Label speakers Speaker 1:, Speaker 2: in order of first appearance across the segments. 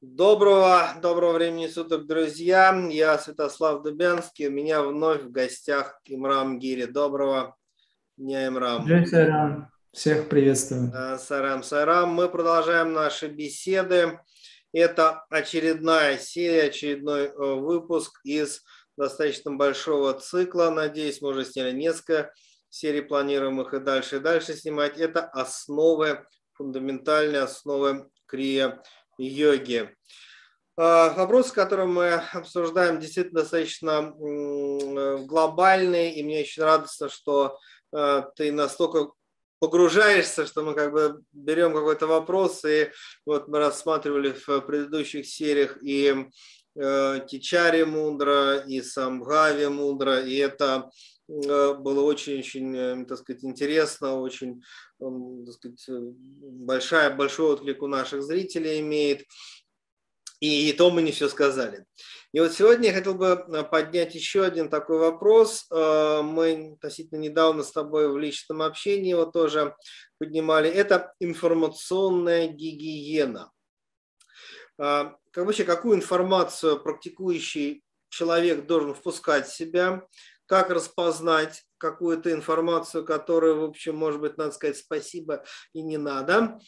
Speaker 1: Доброго, доброго времени суток, друзья. Я Святослав Дубянский. У меня вновь в гостях Имрам Гири. Доброго дня, Имрам.
Speaker 2: Джей Сайран. Всех приветствую.
Speaker 1: Сарам, Сарам. Мы продолжаем наши беседы. Это очередная серия, очередной э, выпуск из достаточно большого цикла. Надеюсь, мы уже сняли несколько серий, планируем их и дальше и дальше снимать. Это основы, фундаментальные основы крия йоги. Э, Вопрос, который мы обсуждаем, действительно достаточно э, глобальный, и мне очень радостно, что э, ты настолько погружаешься, что мы как бы берем какой-то вопрос, и вот мы рассматривали в предыдущих сериях и э, Тичари Мудра, и Самбхави Мудра, и это э, было очень-очень, э, так сказать, интересно, очень, эм, так сказать, э, большая, большой отклик у наших зрителей имеет. И, и то мы не все сказали. И вот сегодня я хотел бы э, поднять еще один такой вопрос. Э, Мы относительно недавно с тобой в личном общении его тоже поднимали. Это информационная гигиена. Э, Как вообще, какую информацию практикующий человек должен впускать в себя, как распознать какую-то информацию, которую, в общем, может быть, надо сказать спасибо и не надо,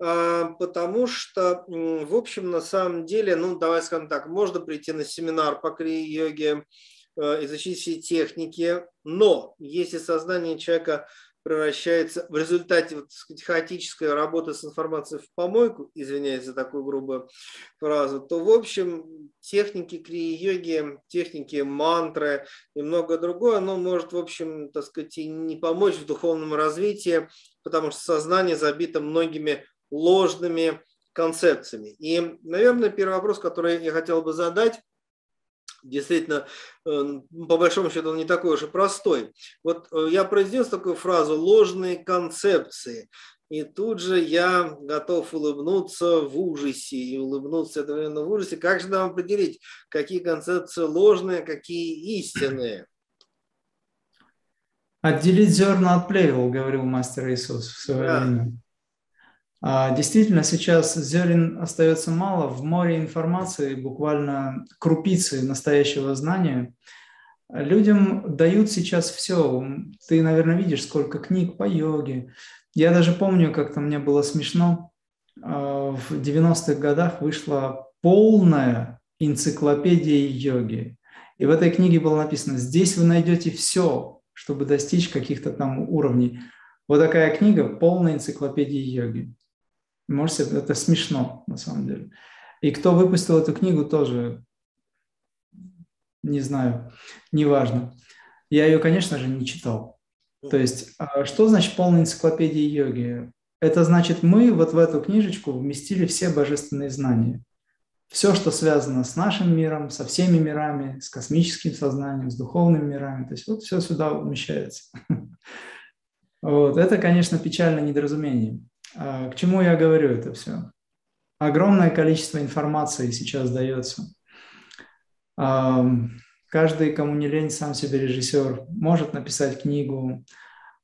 Speaker 1: А, потому что, в общем, на самом деле, ну, давай скажем так, можно прийти на семинар по крии-йоге, изучить все техники, но если сознание человека превращается в результате вот, сказать, хаотической работы с информацией в помойку, извиняюсь за такую грубую фразу, то, в общем, техники крии-йоги, техники мантры и многое другое, оно может, в общем, так сказать, и не помочь в духовном развитии, потому что сознание забито многими ложными концепциями. И, наверное, первый вопрос, который я хотел бы задать, действительно, э, по большому счету, он не такой уж и простой. Вот э, я произнес такую фразу «ложные концепции», и тут же я готов улыбнуться в ужасе и улыбнуться одновременно в ужасе. Как же нам определить, какие концепции ложные, а какие истинные?
Speaker 2: Отделить зерна от плевел, говорил мастер Иисус в свое да. время. А, действительно, сейчас зерен остается мало, в море информации буквально крупицы настоящего знания. Людям дают сейчас все. Ты, наверное, видишь, сколько книг по йоге. Я даже помню, как-то мне было смешно. А, В 90-х годах вышла полная энциклопедия йоги. И в этой книге было написано, здесь вы найдете все, чтобы достичь каких-то там уровней. Вот такая книга, полная энциклопедия йоги. Можете, это смешно, на самом деле. И кто выпустил эту книгу, тоже не знаю, неважно. Я ее, конечно же, не читал. То есть, а, что значит полная энциклопедия йоги? Это значит, мы вот в эту книжечку вместили все божественные знания. Все, что связано с нашим миром, со всеми мирами, с космическим сознанием, с духовными мирами. То есть вот все сюда умещается. Вот. Это, конечно, печальное недоразумение. А, К чему я говорю это все? Огромное количество информации сейчас дается. Каждый, кому не лень, сам себе режиссер, может написать книгу.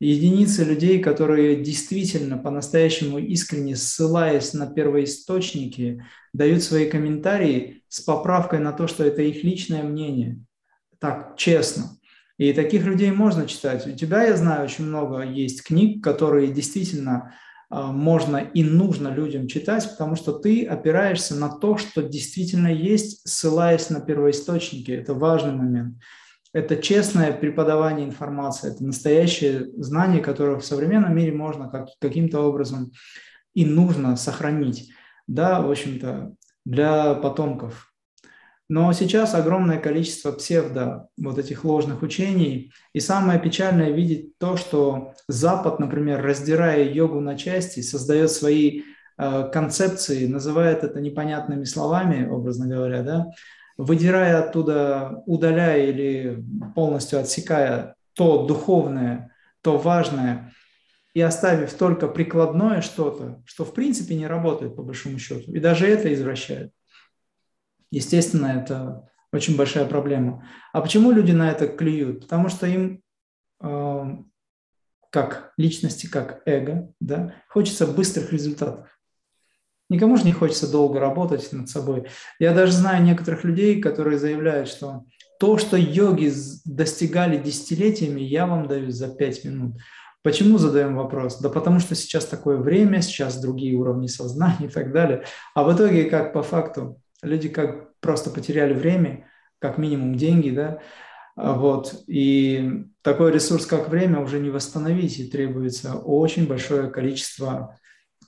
Speaker 2: Единицы людей, которые действительно, по-настоящему искренне, ссылаясь на первоисточники, дают свои комментарии с поправкой на то, что это их личное мнение. Так, честно. И таких людей можно читать. У тебя, я знаю, очень много есть книг, которые действительно а, можно и нужно людям читать, потому что ты опираешься на то, что действительно есть, ссылаясь на первоисточники. Это важный момент. Это честное преподавание информации, это настоящее знание, которое в современном мире можно как, каким-то образом и нужно сохранить, да, в общем-то, для потомков. Но сейчас огромное количество псевдо вот этих ложных учений. И самое печальное видеть то, что Запад, например, раздирая йогу на части, создает свои э, концепции, называет это непонятными словами, образно говоря, да, выдирая оттуда, удаляя или полностью отсекая то духовное, то важное, и оставив только прикладное что-то, что в принципе не работает по большому счету, и даже это извращает. Естественно, это очень большая проблема. А почему люди на это клюют? Потому что им э, как личности, как эго, да, хочется быстрых результатов. Никому же не хочется долго работать над собой. Я даже знаю некоторых людей, которые заявляют, что то, что йоги достигали десятилетиями, я вам даю за 5 минут. Почему задаем вопрос? Да потому что сейчас такое время, сейчас другие уровни сознания и так далее. А в итоге, как по факту, люди как просто потеряли время, как минимум деньги, да, А вот, и такой ресурс, как время, уже не восстановить, и требуется очень большое количество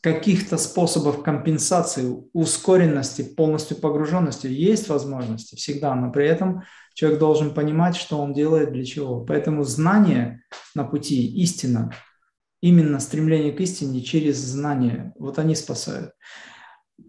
Speaker 2: каких-то способов компенсации, ускоренности, полностью погруженности. Есть возможности всегда, но при этом человек должен понимать, что он делает, для чего. Поэтому знание на пути, истина, именно стремление к истине через знание, вот они спасают.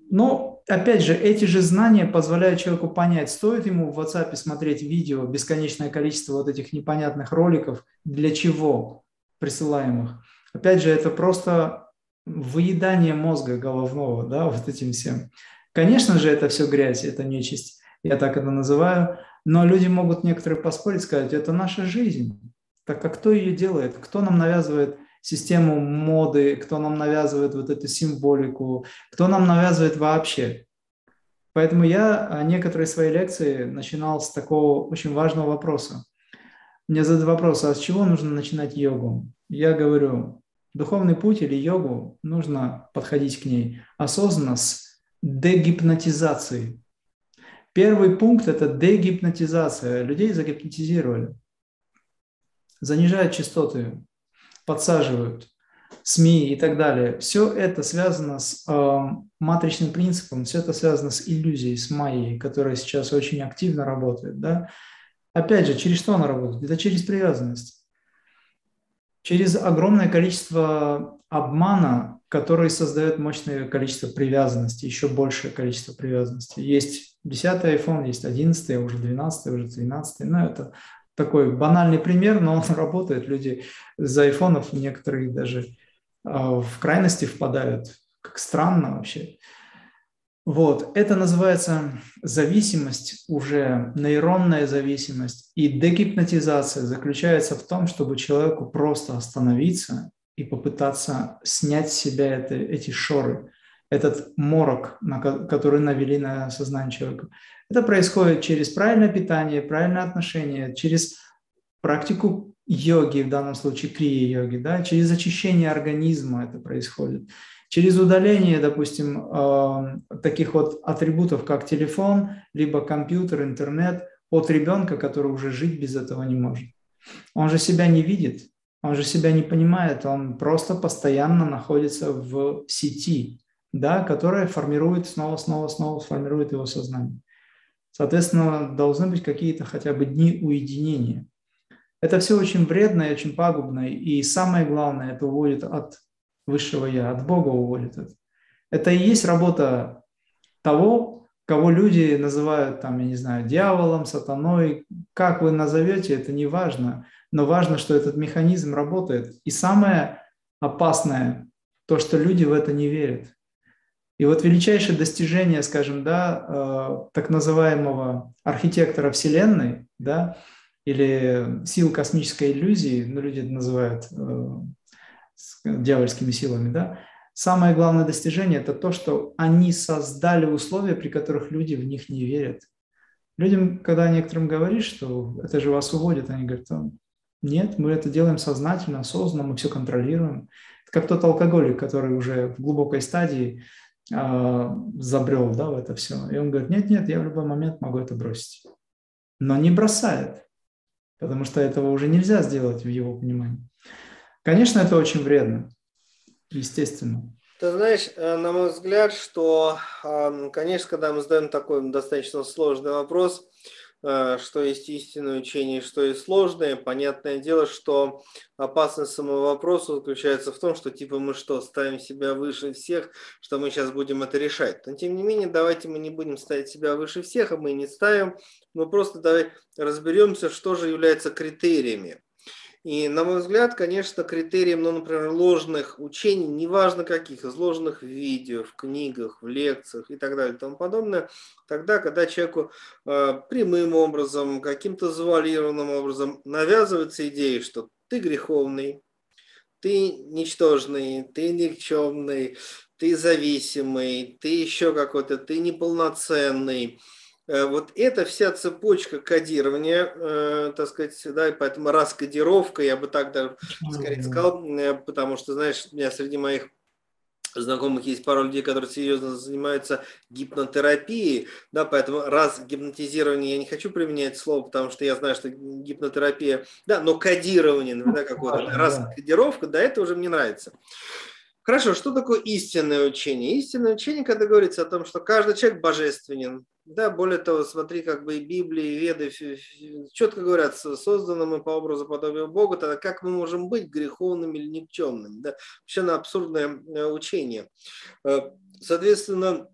Speaker 2: Но, опять же, эти же знания позволяют человеку понять, стоит ему в WhatsApp смотреть видео, бесконечное количество вот этих непонятных роликов, для чего присылаемых. Опять же, это просто выедание мозга головного, да, вот этим всем. Конечно же, это все грязь, это нечисть, я так это называю, но люди могут некоторые поспорить, сказать, это наша жизнь. Так как кто ее делает? Кто нам навязывает систему моды, кто нам навязывает вот эту символику, кто нам навязывает вообще. Поэтому я а, некоторые свои лекции начинал с такого очень важного вопроса. Мне задают вопрос, а с чего нужно начинать йогу? Я говорю, духовный путь или йогу, нужно подходить к ней осознанно с дегипнотизацией. Первый пункт – это дегипнотизация. Людей загипнотизировали, занижают частоты, подсаживают, СМИ и так далее. Все это связано с э, матричным принципом, все это связано с иллюзией, с майей, которая сейчас очень активно работает. Да? Опять же, через что она работает? Это через привязанность. Через огромное количество обмана, который создает мощное количество привязанности, еще большее количество привязанности. Есть 10 iPhone, есть 11, уже 12, уже 13, но это такой банальный пример, но он работает. Люди из айфонов некоторые даже а, в крайности впадают. Как странно вообще. Вот, это называется зависимость, уже нейронная зависимость. И дегипнотизация заключается в том, чтобы человеку просто остановиться и попытаться снять с себя это, эти шоры, этот морок, на, который навели на сознание человека. Это происходит через правильное питание, правильное отношение, через практику йоги, в данном случае крия-йоги, да, через очищение организма это происходит, через удаление, допустим, э, таких вот атрибутов, как телефон, либо компьютер, интернет, от ребенка, который уже жить без этого не может. Он же себя не видит, он же себя не понимает, он просто постоянно находится в сети, да, которая формирует снова, снова, снова формирует его сознание. Соответственно, должны быть какие-то хотя бы дни уединения. Это все очень вредно и очень пагубно. И самое главное, это уводит от высшего Я, от Бога уводит это. Это и есть работа того, кого люди называют, там, я не знаю, дьяволом, сатаной. Как вы назовете, это не важно. Но важно, что этот механизм работает. И самое опасное, то, что люди в это не верят. И вот величайшее достижение, скажем, да, э, так называемого архитектора Вселенной, да, или сил космической иллюзии, ну, люди это называют э, дьявольскими силами, да, самое главное достижение – это то, что они создали условия, при которых люди в них не верят. Людям, когда некоторым говоришь, что это же вас уводит, они говорят, нет, мы это делаем сознательно, осознанно, мы все контролируем. Это как тот алкоголик, который уже в глубокой стадии а, забрел да, в это все. И он говорит, нет-нет, я в любой момент могу это бросить. Но не бросает, потому что этого уже нельзя сделать в его понимании. Конечно, это очень вредно, естественно.
Speaker 1: Ты знаешь, э, на мой взгляд, что, конечно, когда мы задаем такой достаточно сложный вопрос, э, что есть истинное учение, что есть сложное. Понятное дело, что опасность самого вопроса заключается в том, что типа мы что, ставим себя выше всех, что мы сейчас будем это решать. Но тем не менее, давайте мы не будем ставить себя выше всех, а мы не ставим, но просто давай разберемся, что же является критериями. И, на мой взгляд, конечно, критерием, ну, например, ложных учений, неважно каких, изложенных в видео, в книгах, в лекциях и так далее и тому подобное, тогда, когда человеку э, прямым образом, каким-то завуалированным образом навязывается идея, что ты греховный, ты ничтожный, ты никчемный, ты зависимый, ты еще какой-то, ты неполноценный. Э, Вот эта вся цепочка кодирования, э, так сказать, да, и поэтому раскодировка, я бы так даже скорее сказал, э, потому что, знаешь, у меня среди моих знакомых есть пару людей, которые серьезно занимаются гипнотерапией, да, поэтому раз гипнотизирование я не хочу применять слово, потому что я знаю, что гипнотерапия, да, но кодирование, да, какое-то, да. раз кодировка, да, это уже мне нравится. Хорошо, что такое истинное учение? Истинное учение, когда говорится о том, что каждый человек божественен. Да, более того, смотри, как бы и Библии, и Веды четко говорят, созданы мы по образу подобию Бога, тогда как мы можем быть греховными или никчемными? Да? Вообще на абсурдное э, учение. Э, Соответственно,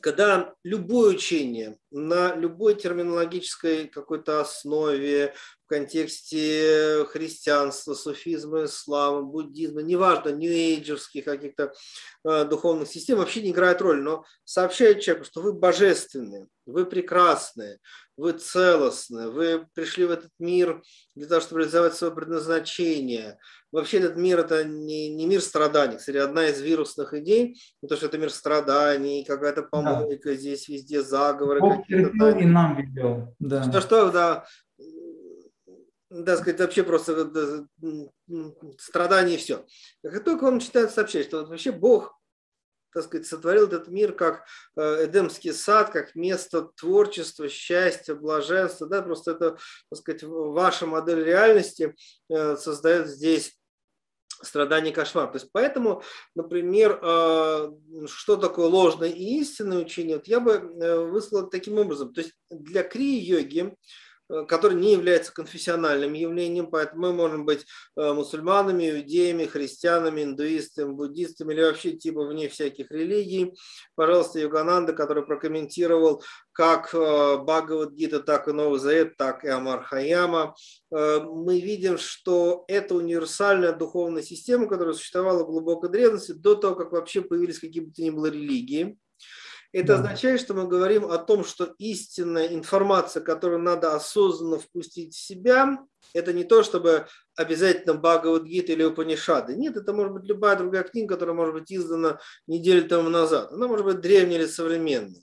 Speaker 1: когда любое учение на любой терминологической какой-то основе, в контексте христианства, суфизма, ислама, буддизма, неважно, нью-эйджерских каких-то э, духовных систем, вообще не играет роль, но сообщает человеку, что вы божественные, вы прекрасные, вы целостны, вы пришли в этот мир для того, чтобы реализовать свое предназначение. Вообще этот мир – это не, не мир страданий. Кстати, одна из вирусных идей, то, что это мир страданий, какая-то помойка, да. здесь везде заговоры.
Speaker 2: Бог терпел и нам велел. Да.
Speaker 1: Что, что, да, да, сказать, вообще просто э, да, страдание и все. Как только вам читают сообщение, что вообще Бог так сказать, сотворил этот мир как э, Эдемский сад, как место творчества, счастья, блаженства. Да? Просто это, так сказать, ваша модель реальности э, создает здесь страдание кошмар. То есть поэтому, например, э, что такое ложное и истинное учение, вот я бы высказал таким образом. То есть для крии-йоги, э, который не является конфессиональным явлением, поэтому мы можем быть э, мусульманами, иудеями, христианами, индуистами, буддистами или вообще типа вне всяких религий. Пожалуйста, Югананда, который прокомментировал как Бхагавадгита, так и Новый Завет, так и Амар Хаяма. Мы видим, что это универсальная духовная система, которая существовала в глубокой древности до того, как вообще появились какие бы то ни было религии. Это означает, что мы говорим о том, что истинная информация, которую надо осознанно впустить в себя, это не то, чтобы обязательно Бхагавадгит или Упанишады. Нет, это может быть любая другая книга, которая может быть издана неделю тому назад. Она может быть древней или современной.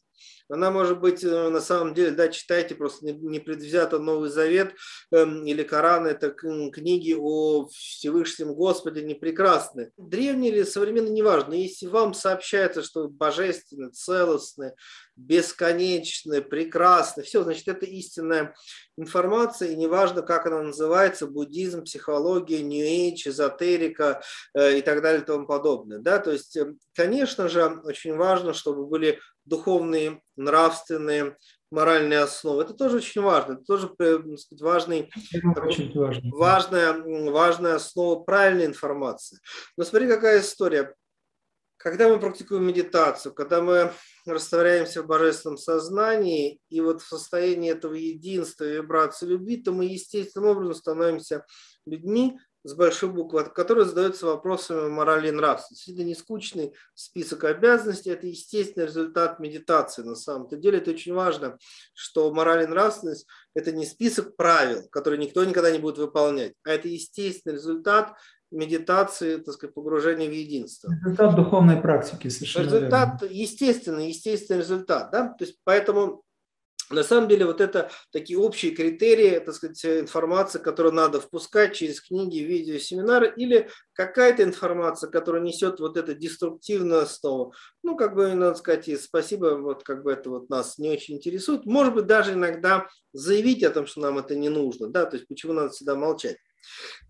Speaker 1: Она может быть, э, на самом деле, да, читайте просто непредвзято Новый Завет эм, или Коран, это книги о Всевышнем Господе, не прекрасны. Древние или современные, неважно. Если вам сообщается, что вы божественны, целостны, бесконечны, прекрасны, все, значит, это истинная информация, и неважно, как она называется, буддизм, психология, нью-эйдж, эзотерика э, и так далее и тому подобное. Да? То есть, э, конечно же, очень важно, чтобы были духовные, нравственные, моральные основы. Это тоже очень важно. Это тоже э, сказать, важный,
Speaker 2: очень важный.
Speaker 1: Важная, важная основа правильной информации. Но смотри, какая история. Когда мы практикуем медитацию, когда мы растворяемся в божественном сознании, и вот в состоянии этого единства, вибрации любви, то мы естественным образом становимся людьми, с большой буквы, который задается вопросами морали и нравственности. Это не скучный список обязанностей, это естественный результат медитации на самом-то деле. Это очень важно, что мораль и нравственность – это не список правил, которые никто никогда не будет выполнять, а это естественный результат медитации, так сказать, погружения в единство.
Speaker 2: Результат духовной практики, совершенно
Speaker 1: Результат, верно. естественный, естественный результат, да, то есть поэтому на самом деле вот это такие общие критерии, так сказать, информации, которую надо впускать через книги, видео, семинары или какая-то информация, которая несет вот это деструктивное основу. Ну, как бы, надо сказать, и спасибо, вот как бы это вот нас не очень интересует. Может быть, даже иногда заявить о том, что нам это не нужно, да, то есть почему надо всегда молчать.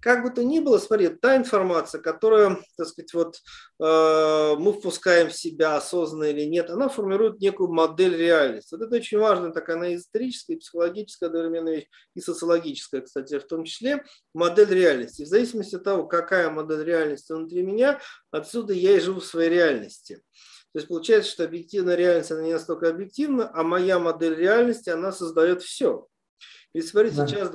Speaker 1: Как бы то ни было, смотри, та информация, которую, так сказать, вот э, мы впускаем в себя, осознанно или нет, она формирует некую модель реальности. Вот это очень важная такая, она эзотерическая, и психологическая одновременно вещь, и социологическая, кстати, в том числе, модель реальности. В зависимости от того, какая модель реальности внутри меня, отсюда я и живу в своей реальности. То есть получается, что объективная реальность, она не настолько объективна, а моя модель реальности, она создает все. И смотри, да. сейчас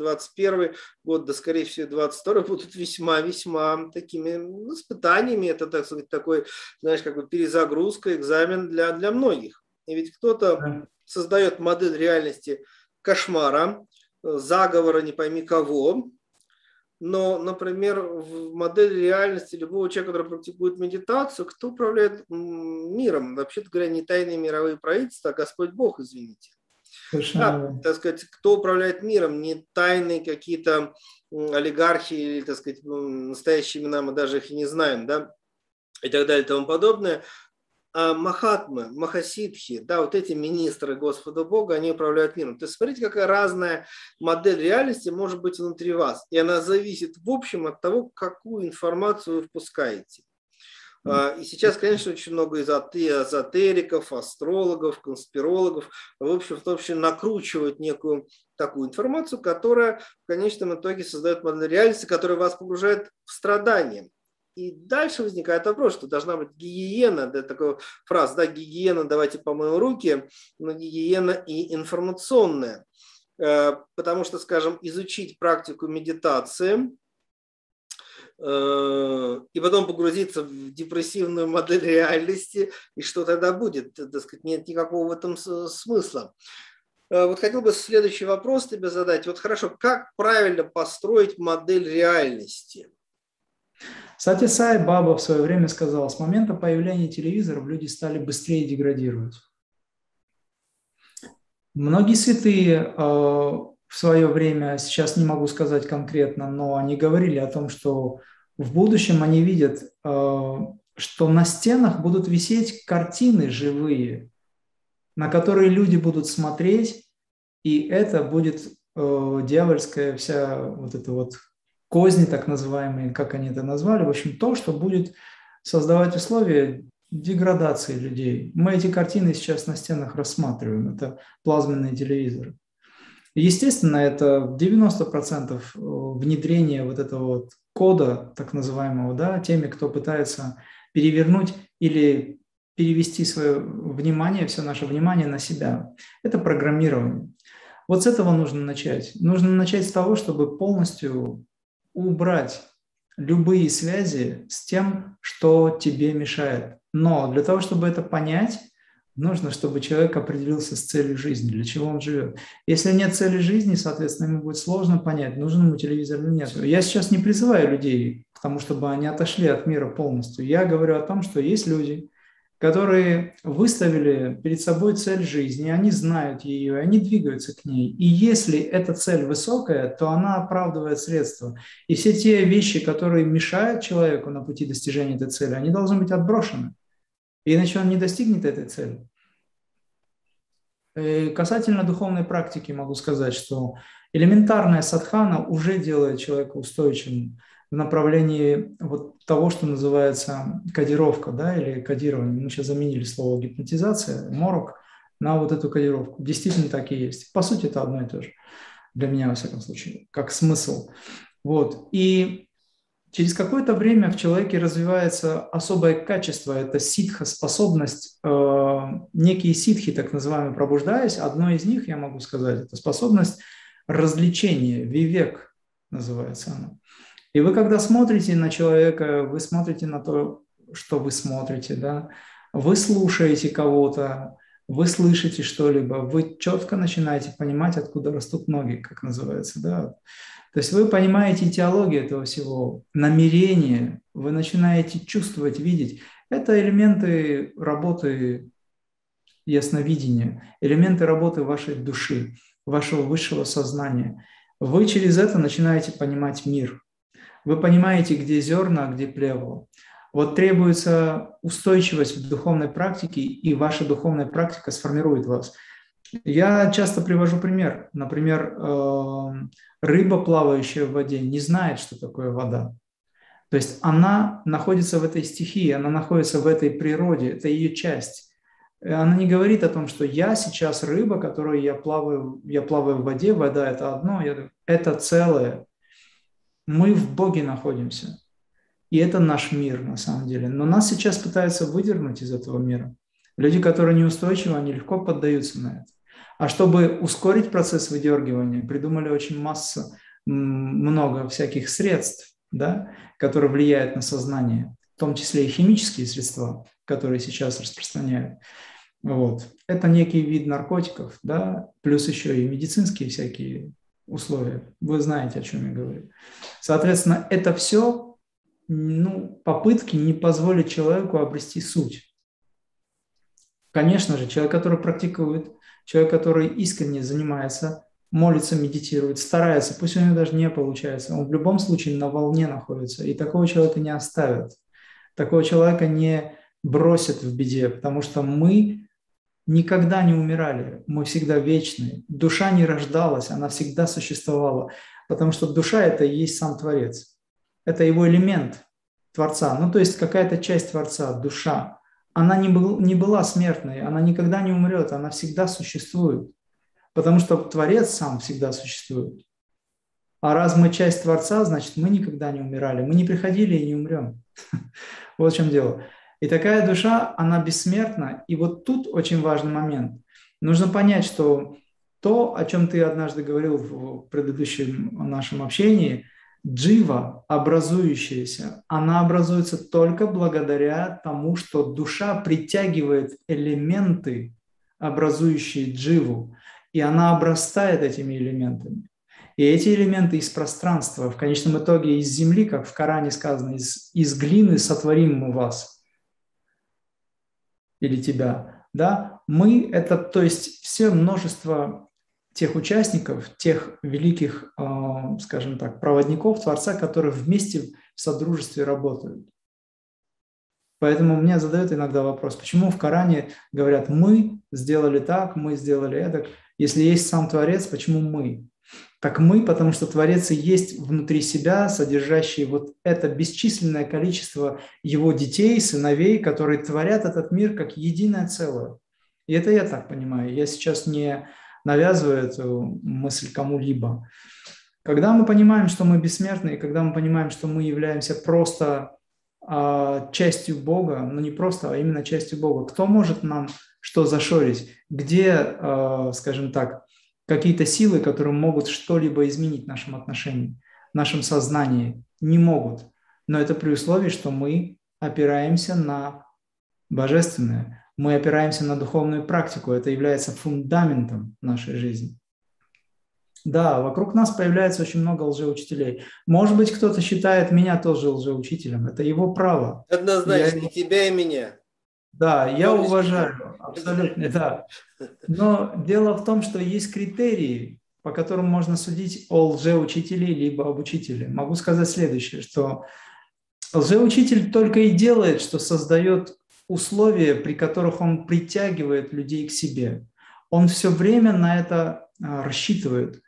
Speaker 1: 20-21 год, да скорее всего 22 будут весьма-весьма такими ну, испытаниями. Это, так сказать, такой, знаешь, как бы перезагрузка, экзамен для, для многих. И ведь кто-то да. создает э, модель реальности кошмара, заговора не пойми кого, Но, например, в модели реальности любого человека, который практикует медитацию, кто управляет миром? Вообще-то говоря, не тайные мировые правительства, а Господь Бог, извините.
Speaker 2: Совершенно
Speaker 1: Да,
Speaker 2: верно.
Speaker 1: так сказать, кто управляет миром, не тайные какие-то м, олигархи или, так сказать, м, настоящие имена, мы даже их и не знаем, да, и так далее и тому подобное. А Махатмы, Махасидхи, да, вот эти министры Господа Бога, они управляют миром. То есть смотрите, какая разная модель реальности может быть внутри вас. И она зависит, в общем, от того, какую информацию вы впускаете. А, И сейчас, конечно, очень много эзоте- эзотериков, астрологов, конспирологов, в общем, в том числе накручивают некую такую информацию, которая в конечном итоге создает модель реальности, которая вас погружает в страдания. И дальше возникает вопрос, что должна быть гигиена, да, такая фраза, да, гигиена, давайте помоем руки, но гигиена и информационная. Э, Потому что, скажем, изучить практику медитации э, и потом погрузиться в депрессивную модель реальности, и что тогда будет, так сказать, нет никакого в этом с- смысла. Э, Вот хотел бы следующий вопрос тебе задать. Вот хорошо, как правильно построить модель реальности?
Speaker 2: Сати Сай Баба в свое время сказал, с момента появления телевизоров люди стали быстрее деградировать. Многие святые э, в свое время, сейчас не могу сказать конкретно, но они говорили о том, что в будущем они видят, э, что на стенах будут висеть картины живые, на которые люди будут смотреть, и это будет э, дьявольская вся вот эта вот козни, так называемые, как они это назвали, в общем, то, что будет создавать условия деградации людей. Мы эти картины сейчас на стенах рассматриваем, это плазменные телевизоры. И, Естественно, это 90% внедрения вот этого вот кода, так называемого, да, теми, кто пытается перевернуть или перевести свое внимание, все наше внимание на себя. Это программирование. Вот с этого нужно начать. Нужно начать с того, чтобы полностью убрать любые связи с тем, что тебе мешает. Но для того, чтобы это понять, нужно, чтобы человек определился с целью жизни, для чего он живет. Если нет цели жизни, соответственно, ему будет сложно понять, нужен ему телевизор или нет. Я сейчас не призываю людей к тому, чтобы они отошли от мира полностью. Я говорю о том, что есть люди, которые выставили перед собой цель жизни, они знают ее, они двигаются к ней. И если эта цель высокая, то она оправдывает средства. И все те вещи, которые мешают человеку на пути достижения этой цели, они должны быть отброшены. Иначе он не достигнет этой цели. Э, Касательно духовной практики могу сказать, что элементарная садхана уже делает человека устойчивым в направлении вот того, что называется кодировка да, или кодирование. Мы сейчас заменили слово гипнотизация, морок, на вот эту кодировку. Действительно так и есть. По сути, это одно и то же для меня, во всяком случае, как смысл. Вот. И через какое-то время в человеке развивается особое качество, это ситха-способность, э, некие ситхи, так называемые, пробуждаясь. Одно из них, я могу сказать, это способность развлечения, вивек называется она. И вы, когда смотрите на человека, вы смотрите на то, что вы смотрите, да, вы слушаете кого-то, вы слышите что-либо, вы четко начинаете понимать, откуда растут ноги, как называется, да, то есть вы понимаете теологию этого всего, намерение, вы начинаете чувствовать, видеть. Это элементы работы ясновидения, элементы работы вашей души, вашего высшего сознания. Вы через это начинаете понимать мир. Вы понимаете, где зерна, а где плевело. Вот требуется устойчивость в духовной практике, и ваша духовная практика сформирует вас. Я часто привожу пример. Например, эм, рыба, плавающая в воде, не знает, что такое вода. То есть она находится в этой стихии, она находится в этой природе, это ее часть. Э, Она не говорит о том, что я сейчас рыба, которую я плаваю, я плаваю в воде, вода это одно, я- это целое. Мы в Боге находимся. И это наш мир на самом деле. Но нас сейчас пытаются выдернуть из этого мира. Люди, которые неустойчивы, они легко поддаются на это. А чтобы ускорить процесс выдергивания, придумали очень массу, м, много всяких средств, да, которые влияют на сознание, в том числе и химические средства, которые сейчас распространяют. Вот. Это некий вид наркотиков, да, плюс еще и медицинские всякие условиях. Вы знаете, о чем я говорю. Соответственно, это все ну, попытки не позволить человеку обрести суть. Конечно же, человек, который практикует, человек, который искренне занимается, молится, медитирует, старается, пусть у него даже не получается, он в любом случае на волне находится, и такого человека не оставят, такого человека не бросят в беде, потому что мы никогда не умирали, мы всегда вечны. Душа не рождалась, она всегда существовала, потому что душа – это и есть сам Творец. Это его элемент Творца, ну то есть какая-то часть Творца, душа. Она не, был, не была смертной, она никогда не умрет, она всегда существует, потому что Творец сам всегда существует. А раз мы часть Творца, значит, мы никогда не умирали, мы не приходили и не умрем. Вот в чем дело. И такая душа, она бессмертна. И вот тут очень важный момент. Нужно понять, что то, о чем ты однажды говорил в предыдущем нашем общении, джива, образующаяся, она образуется только благодаря тому, что душа притягивает элементы, образующие дживу, и она обрастает этими элементами. И эти элементы из пространства, в конечном итоге из земли, как в Коране сказано, из, из глины сотворим мы вас – или тебя, да, мы это, то есть все множество тех участников, тех великих, э, скажем так, проводников Творца, которые вместе в содружестве работают. Поэтому мне задают иногда вопрос, почему в Коране говорят «мы сделали так, мы сделали это», если есть сам Творец, почему «мы»? Так мы, потому что Творец и есть внутри себя, содержащий вот это бесчисленное количество его детей, сыновей, которые творят этот мир как единое целое. И это я так понимаю. Я сейчас не навязываю эту э, мысль кому-либо. Когда мы понимаем, что мы бессмертны, и когда мы понимаем, что мы являемся просто э, частью Бога, но ну, не просто, а именно частью Бога, кто может нам что зашорить? Где, э, скажем так, какие-то силы, которые могут что-либо изменить в нашем отношении, в нашем сознании, не могут. Но это при условии, что мы опираемся на божественное, мы опираемся на духовную практику, это является фундаментом нашей жизни. Да, вокруг нас появляется очень много лжеучителей. Может быть, кто-то считает меня тоже лжеучителем. Это его право.
Speaker 1: Однозначно, я... и тебя, и меня.
Speaker 2: Да, я уважаю, абсолютно, да. Но дело в том, что есть критерии, по которым можно судить о лжеучителе либо об учителе. Могу сказать следующее, что лжеучитель только и делает, что создает условия, при которых он притягивает людей к себе. Он все время на это а, рассчитывает.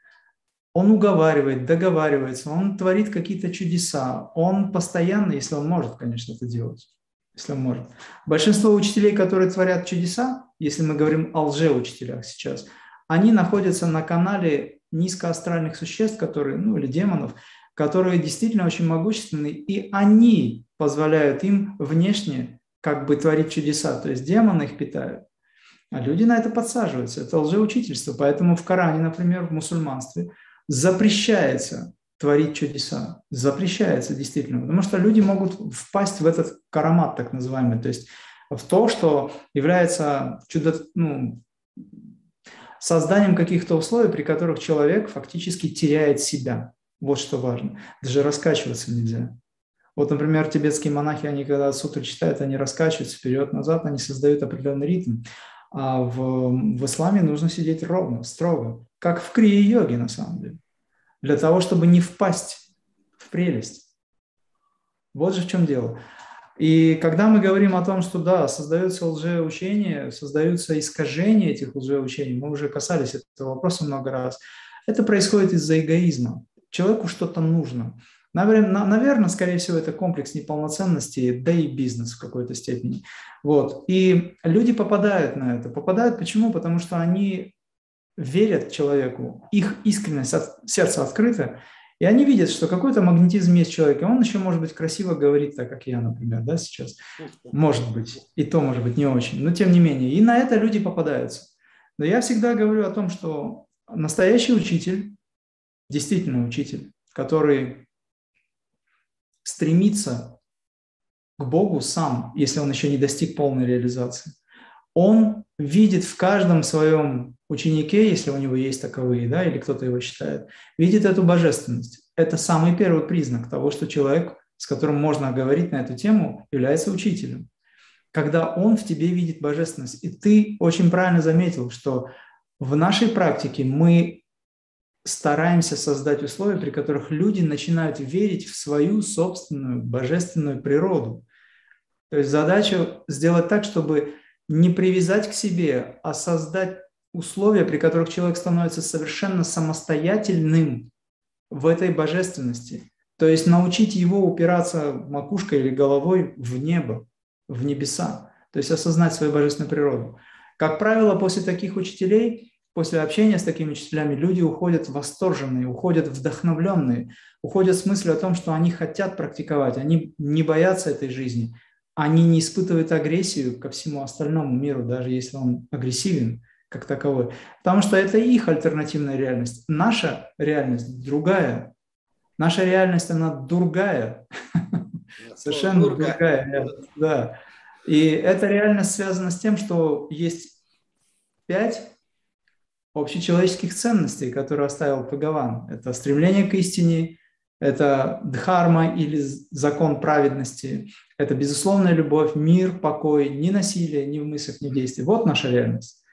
Speaker 2: Он уговаривает, договаривается, он творит какие-то чудеса. Он постоянно, если он может, конечно, это делать если он может. Большинство учителей, которые творят чудеса, если мы говорим о лжеучителях сейчас, они находятся на канале низкоастральных существ, которые, ну или демонов, которые действительно очень могущественны, и они позволяют им внешне как бы творить чудеса, то есть демоны их питают. А люди на это подсаживаются, это лжеучительство. Поэтому в Коране, например, в мусульманстве запрещается творить чудеса. Запрещается действительно, потому что люди могут впасть в этот карамат, так называемый, то есть в то, что является чудо, ну, созданием каких-то условий, при которых человек фактически теряет себя. Вот что важно. Даже раскачиваться нельзя. Вот, например, тибетские монахи, они когда сутры читают, они раскачиваются вперед-назад, они создают определенный ритм. А в, в исламе нужно сидеть ровно, строго, как в крия-йоге на самом деле для того, чтобы не впасть в прелесть. Вот же в чем дело. И когда мы говорим о том, что да, создаются лжеучения, создаются искажения этих лжеучений, мы уже касались этого вопроса много раз, это происходит из-за эгоизма. Человеку что-то нужно. Наверное, наверное, скорее всего, это комплекс неполноценности, да и бизнес в какой-то степени. Вот. И люди попадают на это. Попадают почему? Потому что они верят человеку, их искренность, от, сердце открыто, и они видят, что какой-то магнетизм есть в человеке. Он еще, может быть, красиво говорит, так как я, например, да, сейчас. Может быть. И то, может быть, не очень. Но тем не менее. И на это люди попадаются. Но я всегда говорю о том, что настоящий учитель, действительно учитель, который стремится к Богу сам, если он еще не достиг полной реализации, он видит в каждом своем ученике, если у него есть таковые, да, или кто-то его считает, видит эту божественность. Это самый первый признак того, что человек, с которым можно говорить на эту тему, является учителем. Когда он в тебе видит божественность. И ты очень правильно заметил, что в нашей практике мы стараемся создать условия, при которых люди начинают верить в свою собственную божественную природу. То есть задача сделать так, чтобы не привязать к себе, а создать условия, при которых человек становится совершенно самостоятельным в этой божественности. То есть научить его упираться макушкой или головой в небо, в небеса. То есть осознать свою божественную природу. Как правило, после таких учителей, после общения с такими учителями, люди уходят восторженные, уходят вдохновленные, уходят с мыслью о том, что они хотят практиковать, они не боятся этой жизни, они не испытывают агрессию ко всему остальному миру, даже если он агрессивен как таковой. Потому что это их альтернативная реальность. Наша реальность другая. Наша реальность, она другая. Совершенно другая. Да. И это реально связано с тем, что есть пять общечеловеческих ценностей, которые оставил Пагаван. Это стремление к истине, это дхарма или закон праведности, это безусловная любовь, мир, покой, ни насилие, ни в мыслях, ни в действии. Вот наша реальность.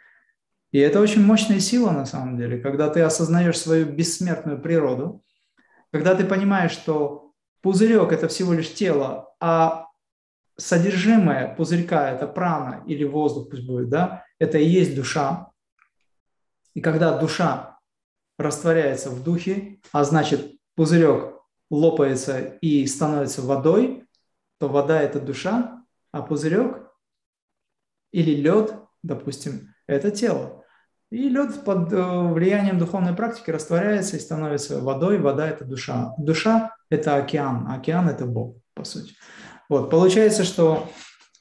Speaker 2: И это очень мощная сила на самом деле, когда ты осознаешь свою бессмертную природу, когда ты понимаешь, что пузырек – это всего лишь тело, а содержимое пузырька – это прана или воздух, пусть будет, да, это и есть душа. И когда душа растворяется в духе, а значит пузырек лопается и становится водой, то вода – это душа, а пузырек или лед, допустим, это тело. И лед под э, влиянием духовной практики растворяется и становится водой, вода – это душа. Душа – это океан, океан – это Бог, по сути. Вот, получается, что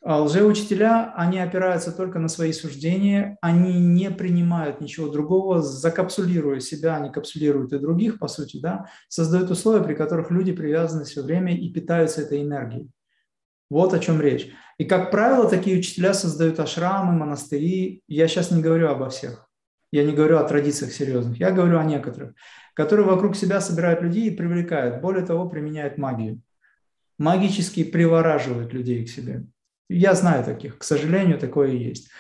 Speaker 2: а, лжеучителя, они опираются только на свои суждения, они не принимают ничего другого, закапсулируя себя, они капсулируют и других, по сути, да, создают условия, при которых люди привязаны все время и питаются этой энергией. Вот о чем речь. И, как правило, такие учителя создают ашрамы, монастыри. Я сейчас не говорю обо всех. Я не говорю о традициях серьезных. Я говорю о некоторых, которые вокруг себя собирают людей и привлекают. Более того, применяют магию. Магически привораживают людей к себе. Я знаю таких, к сожалению, такое и есть.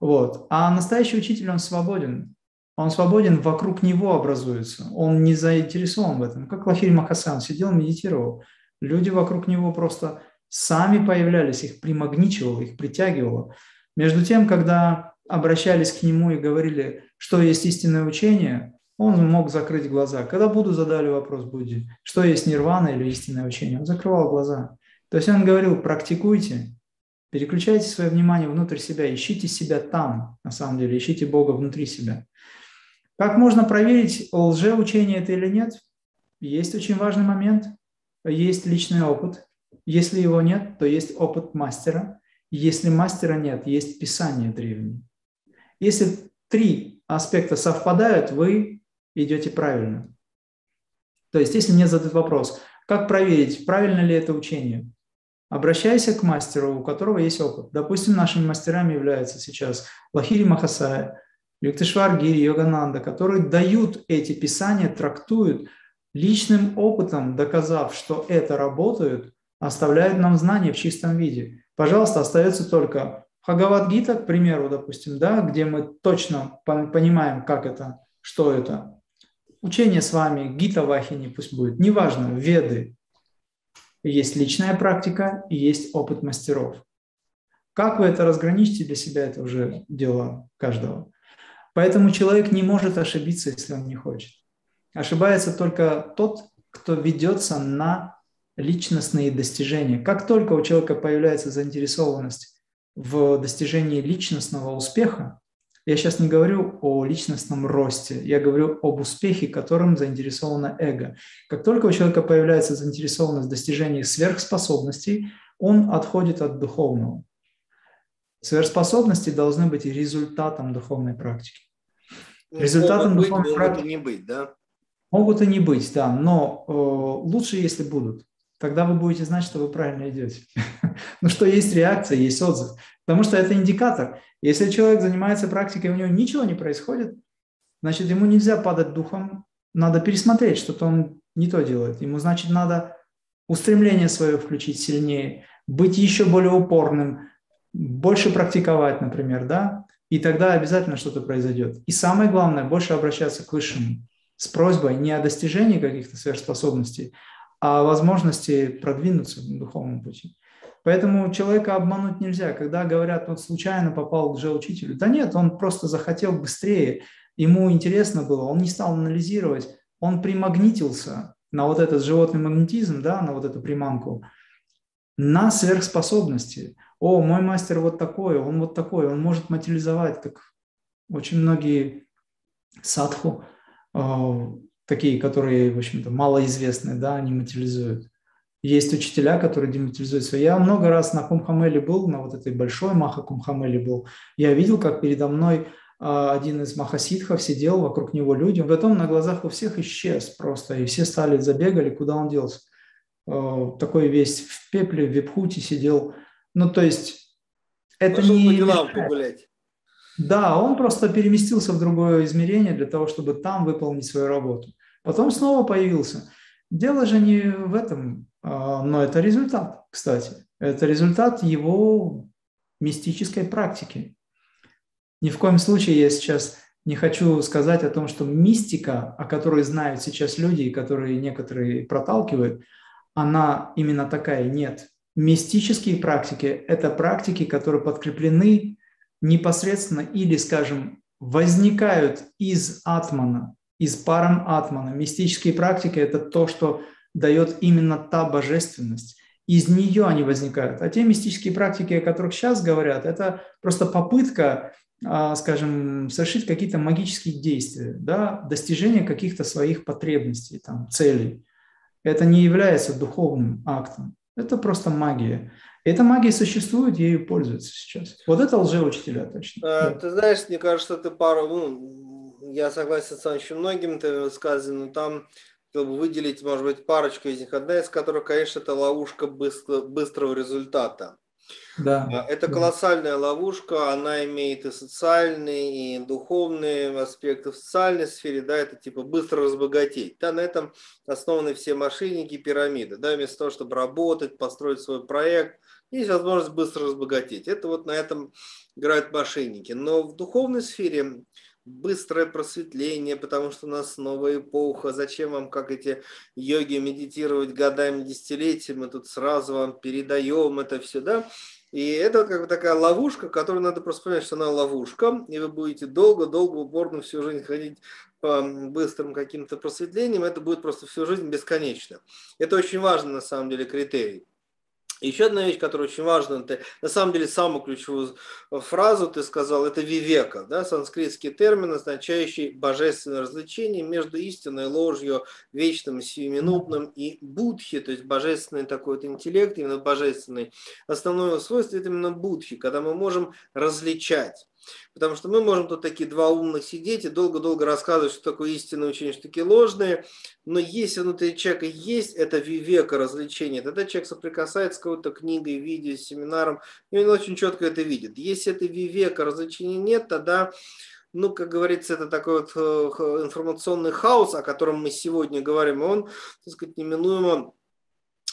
Speaker 2: Вот. А настоящий учитель, он свободен. Он свободен, вокруг него образуется. Он не заинтересован в этом. Как Лахиль Махасан сидел, медитировал. Люди вокруг него просто сами появлялись, их примагничивало, их притягивало. Между тем, когда обращались к нему и говорили, что есть истинное учение, он мог закрыть глаза. Когда Буду задали вопрос Будде, что есть нирвана или истинное учение, он закрывал глаза. То есть он говорил, практикуйте, Переключайте свое внимание внутрь себя, ищите себя там, на самом деле, ищите Бога внутри себя. Как можно проверить, лжеучение это или нет? Есть очень важный момент, есть личный опыт. Если его нет, то есть опыт мастера. Если мастера нет, есть Писание древнее. Если три аспекта совпадают, вы идете правильно. То есть, если мне задают вопрос, как проверить, правильно ли это учение, Обращайся к мастеру, у которого есть опыт. Допустим, нашими мастерами являются сейчас Лахири Махасая, Юктышвар Гири, Йогананда, которые дают эти писания, трактуют личным опытом, доказав, что это работает, оставляют нам знания в чистом виде. Пожалуйста, остается только Хагавадгита, к примеру, допустим, да, где мы точно понимаем, как это, что это. Учение с вами, Гита Вахини пусть будет, неважно, Веды, есть личная практика и есть опыт мастеров. Как вы это разграничите для себя, это уже дело каждого. Поэтому человек не может ошибиться, если он не хочет. Ошибается только тот, кто ведется на личностные достижения. Как только у человека появляется заинтересованность в достижении личностного успеха, я сейчас не говорю о личностном росте, я говорю об успехе, которым заинтересовано эго. Как только у человека появляется заинтересованность в достижении сверхспособностей, он отходит от духовного. Сверхспособности должны быть результатом духовной практики.
Speaker 1: Результатом могут духовной Ну, быть, практики могут и не быть, да?
Speaker 2: Могут и не быть, да, но э, лучше, если будут. Тогда вы будете знать, что вы правильно идете. Ну что есть реакция, есть отзыв. Потому что это индикатор. Если человек занимается практикой, у него ничего не происходит, значит, ему нельзя падать духом, надо пересмотреть, что-то он не то делает. Ему, значит, надо устремление свое включить сильнее, быть еще более упорным, больше практиковать, например, да, и тогда обязательно что-то произойдет. И самое главное, больше обращаться к высшему с просьбой не о достижении каких-то сверхспособностей, а о возможности продвинуться на духовном пути. Поэтому человека обмануть нельзя. Когда говорят, вот случайно попал к же учителю, да нет, он просто захотел быстрее, ему интересно было, он не стал анализировать, он примагнитился на вот этот животный магнетизм, да, на вот эту приманку, на сверхспособности. О, мой мастер вот такой, он вот такой, он может материализовать, как очень многие садху, а, такие, которые, в общем-то, малоизвестны, да, они материализуют. Есть учителя, которые дематериализуют свое. Я много раз на Кумхамеле был, на вот этой большой Маха Кумхамеле был. Я видел, как передо мной а, один из махасидхов сидел, вокруг него люди. Потом на глазах у всех исчез просто, и все стали, забегали, куда он делся. А, Такой весь в пепле, в випхуте сидел. Ну, то есть это
Speaker 1: Пошел
Speaker 2: не...
Speaker 1: по делам погулять. Э,
Speaker 2: Да, он просто переместился в другое измерение для того, чтобы там выполнить свою работу. Потом снова появился. Дело же не в этом, а, но это результат, кстати. Это результат его мистической практики. Ни в коем случае я сейчас не хочу сказать о том, что мистика, о которой знают сейчас люди, и которые некоторые проталкивают, она именно такая. Нет. Мистические практики – это практики, которые подкреплены непосредственно или, скажем, возникают из атмана, из парам атмана. Мистические практики – это то, что дает именно та божественность. Из нее они возникают. А те мистические практики, о которых сейчас говорят, это просто попытка, а, скажем, совершить какие-то магические действия, да, достижение каких-то своих потребностей, там, целей. Это не является духовным актом. Это просто магия. Эта магия существует, ею пользуются сейчас. Вот это лжеучителя точно.
Speaker 1: А, ты знаешь, мне кажется, ты пару, ну, я согласен с очень многим ты сказано, но там хотел бы выделить, может быть, парочку из них. Одна из которых, конечно, это ловушка быстро, быстрого результата.
Speaker 2: Да.
Speaker 1: Это колоссальная ловушка, она имеет и социальные, и духовные аспекты в социальной сфере, да, это типа быстро разбогатеть. Да, на этом основаны все мошенники и пирамиды, да, вместо того, чтобы работать, построить свой проект, есть возможность быстро разбогатеть. Это вот на этом играют мошенники. Но в духовной сфере быстрое просветление, потому что у нас новая эпоха, зачем вам, как эти йоги, медитировать годами, десятилетиями, мы тут сразу вам передаем это все, да? И это вот как бы такая ловушка, которую надо просто понять, что она ловушка, и вы будете долго-долго, упорно всю жизнь ходить по быстрым каким-то просветлениям, это будет просто всю жизнь бесконечно. Это очень важный на самом деле критерий. Еще одна вещь, которая очень важна, ты, на самом деле самую ключевую фразу ты сказал, это вивека, да, санскритский термин, означающий божественное развлечение между истиной, ложью, вечным, сиюминутным и будхи, то есть божественный такой вот интеллект, именно божественный. Основное свойство это именно будхи, когда мы можем различать. Потому что мы можем тут такие два умных сидеть и долго-долго рассказывать, что такое истинное учение, что такие ложные. Но если внутри человека есть это вивека развлечение, тогда человек соприкасается с какой-то книгой, видео, семинаром, и он очень четко это видит. Если это вивека развлечения нет, тогда ну, как говорится, это такой вот э, информационный хаос, о котором мы сегодня говорим, и он, так сказать, неминуемо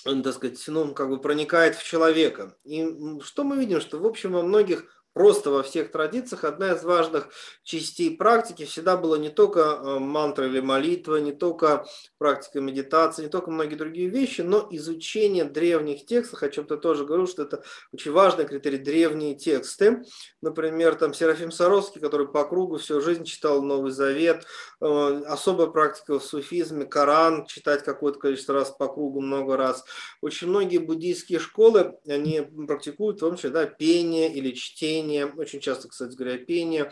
Speaker 1: он, так сказать, ну, как бы проникает в человека. И что мы видим? Что, в общем, во многих просто во всех традициях одна из важных частей практики всегда была не только мантра или молитва, не только практика медитации, не только многие другие вещи, но изучение древних текстов, о чем ты тоже говорил, что это очень важный критерий, древние тексты. Например, там Серафим Саровский, который по кругу всю жизнь читал Новый Завет, э, особая практика в суфизме, Коран читать какое-то количество раз по кругу, много раз. Очень многие буддийские школы, они практикуют в том числе да, пение или чтение пение, очень часто, кстати говоря, пение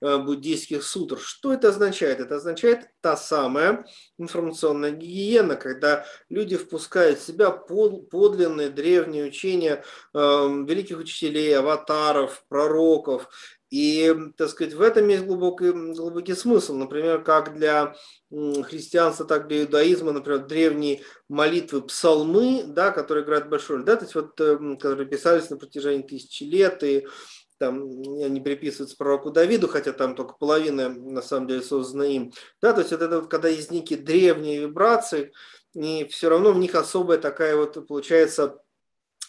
Speaker 1: э, буддийских сутр. Что это означает? Это означает та самая информационная гигиена, когда люди впускают в себя эм, подлинные древние учения великих учителей, аватаров, пророков И, так сказать, в этом есть глубокий, глубокий смысл. Например, как для христианства, так и для иудаизма, например, древние молитвы, псалмы, да, которые играют большую роль, да, то есть вот, эм, которые писались на протяжении тысячи лет, и там они приписываются пророку Давиду, хотя там только половина на самом деле создана им. Да, то есть вот это вот, когда есть некие древние вибрации, и все равно в них особая такая вот получается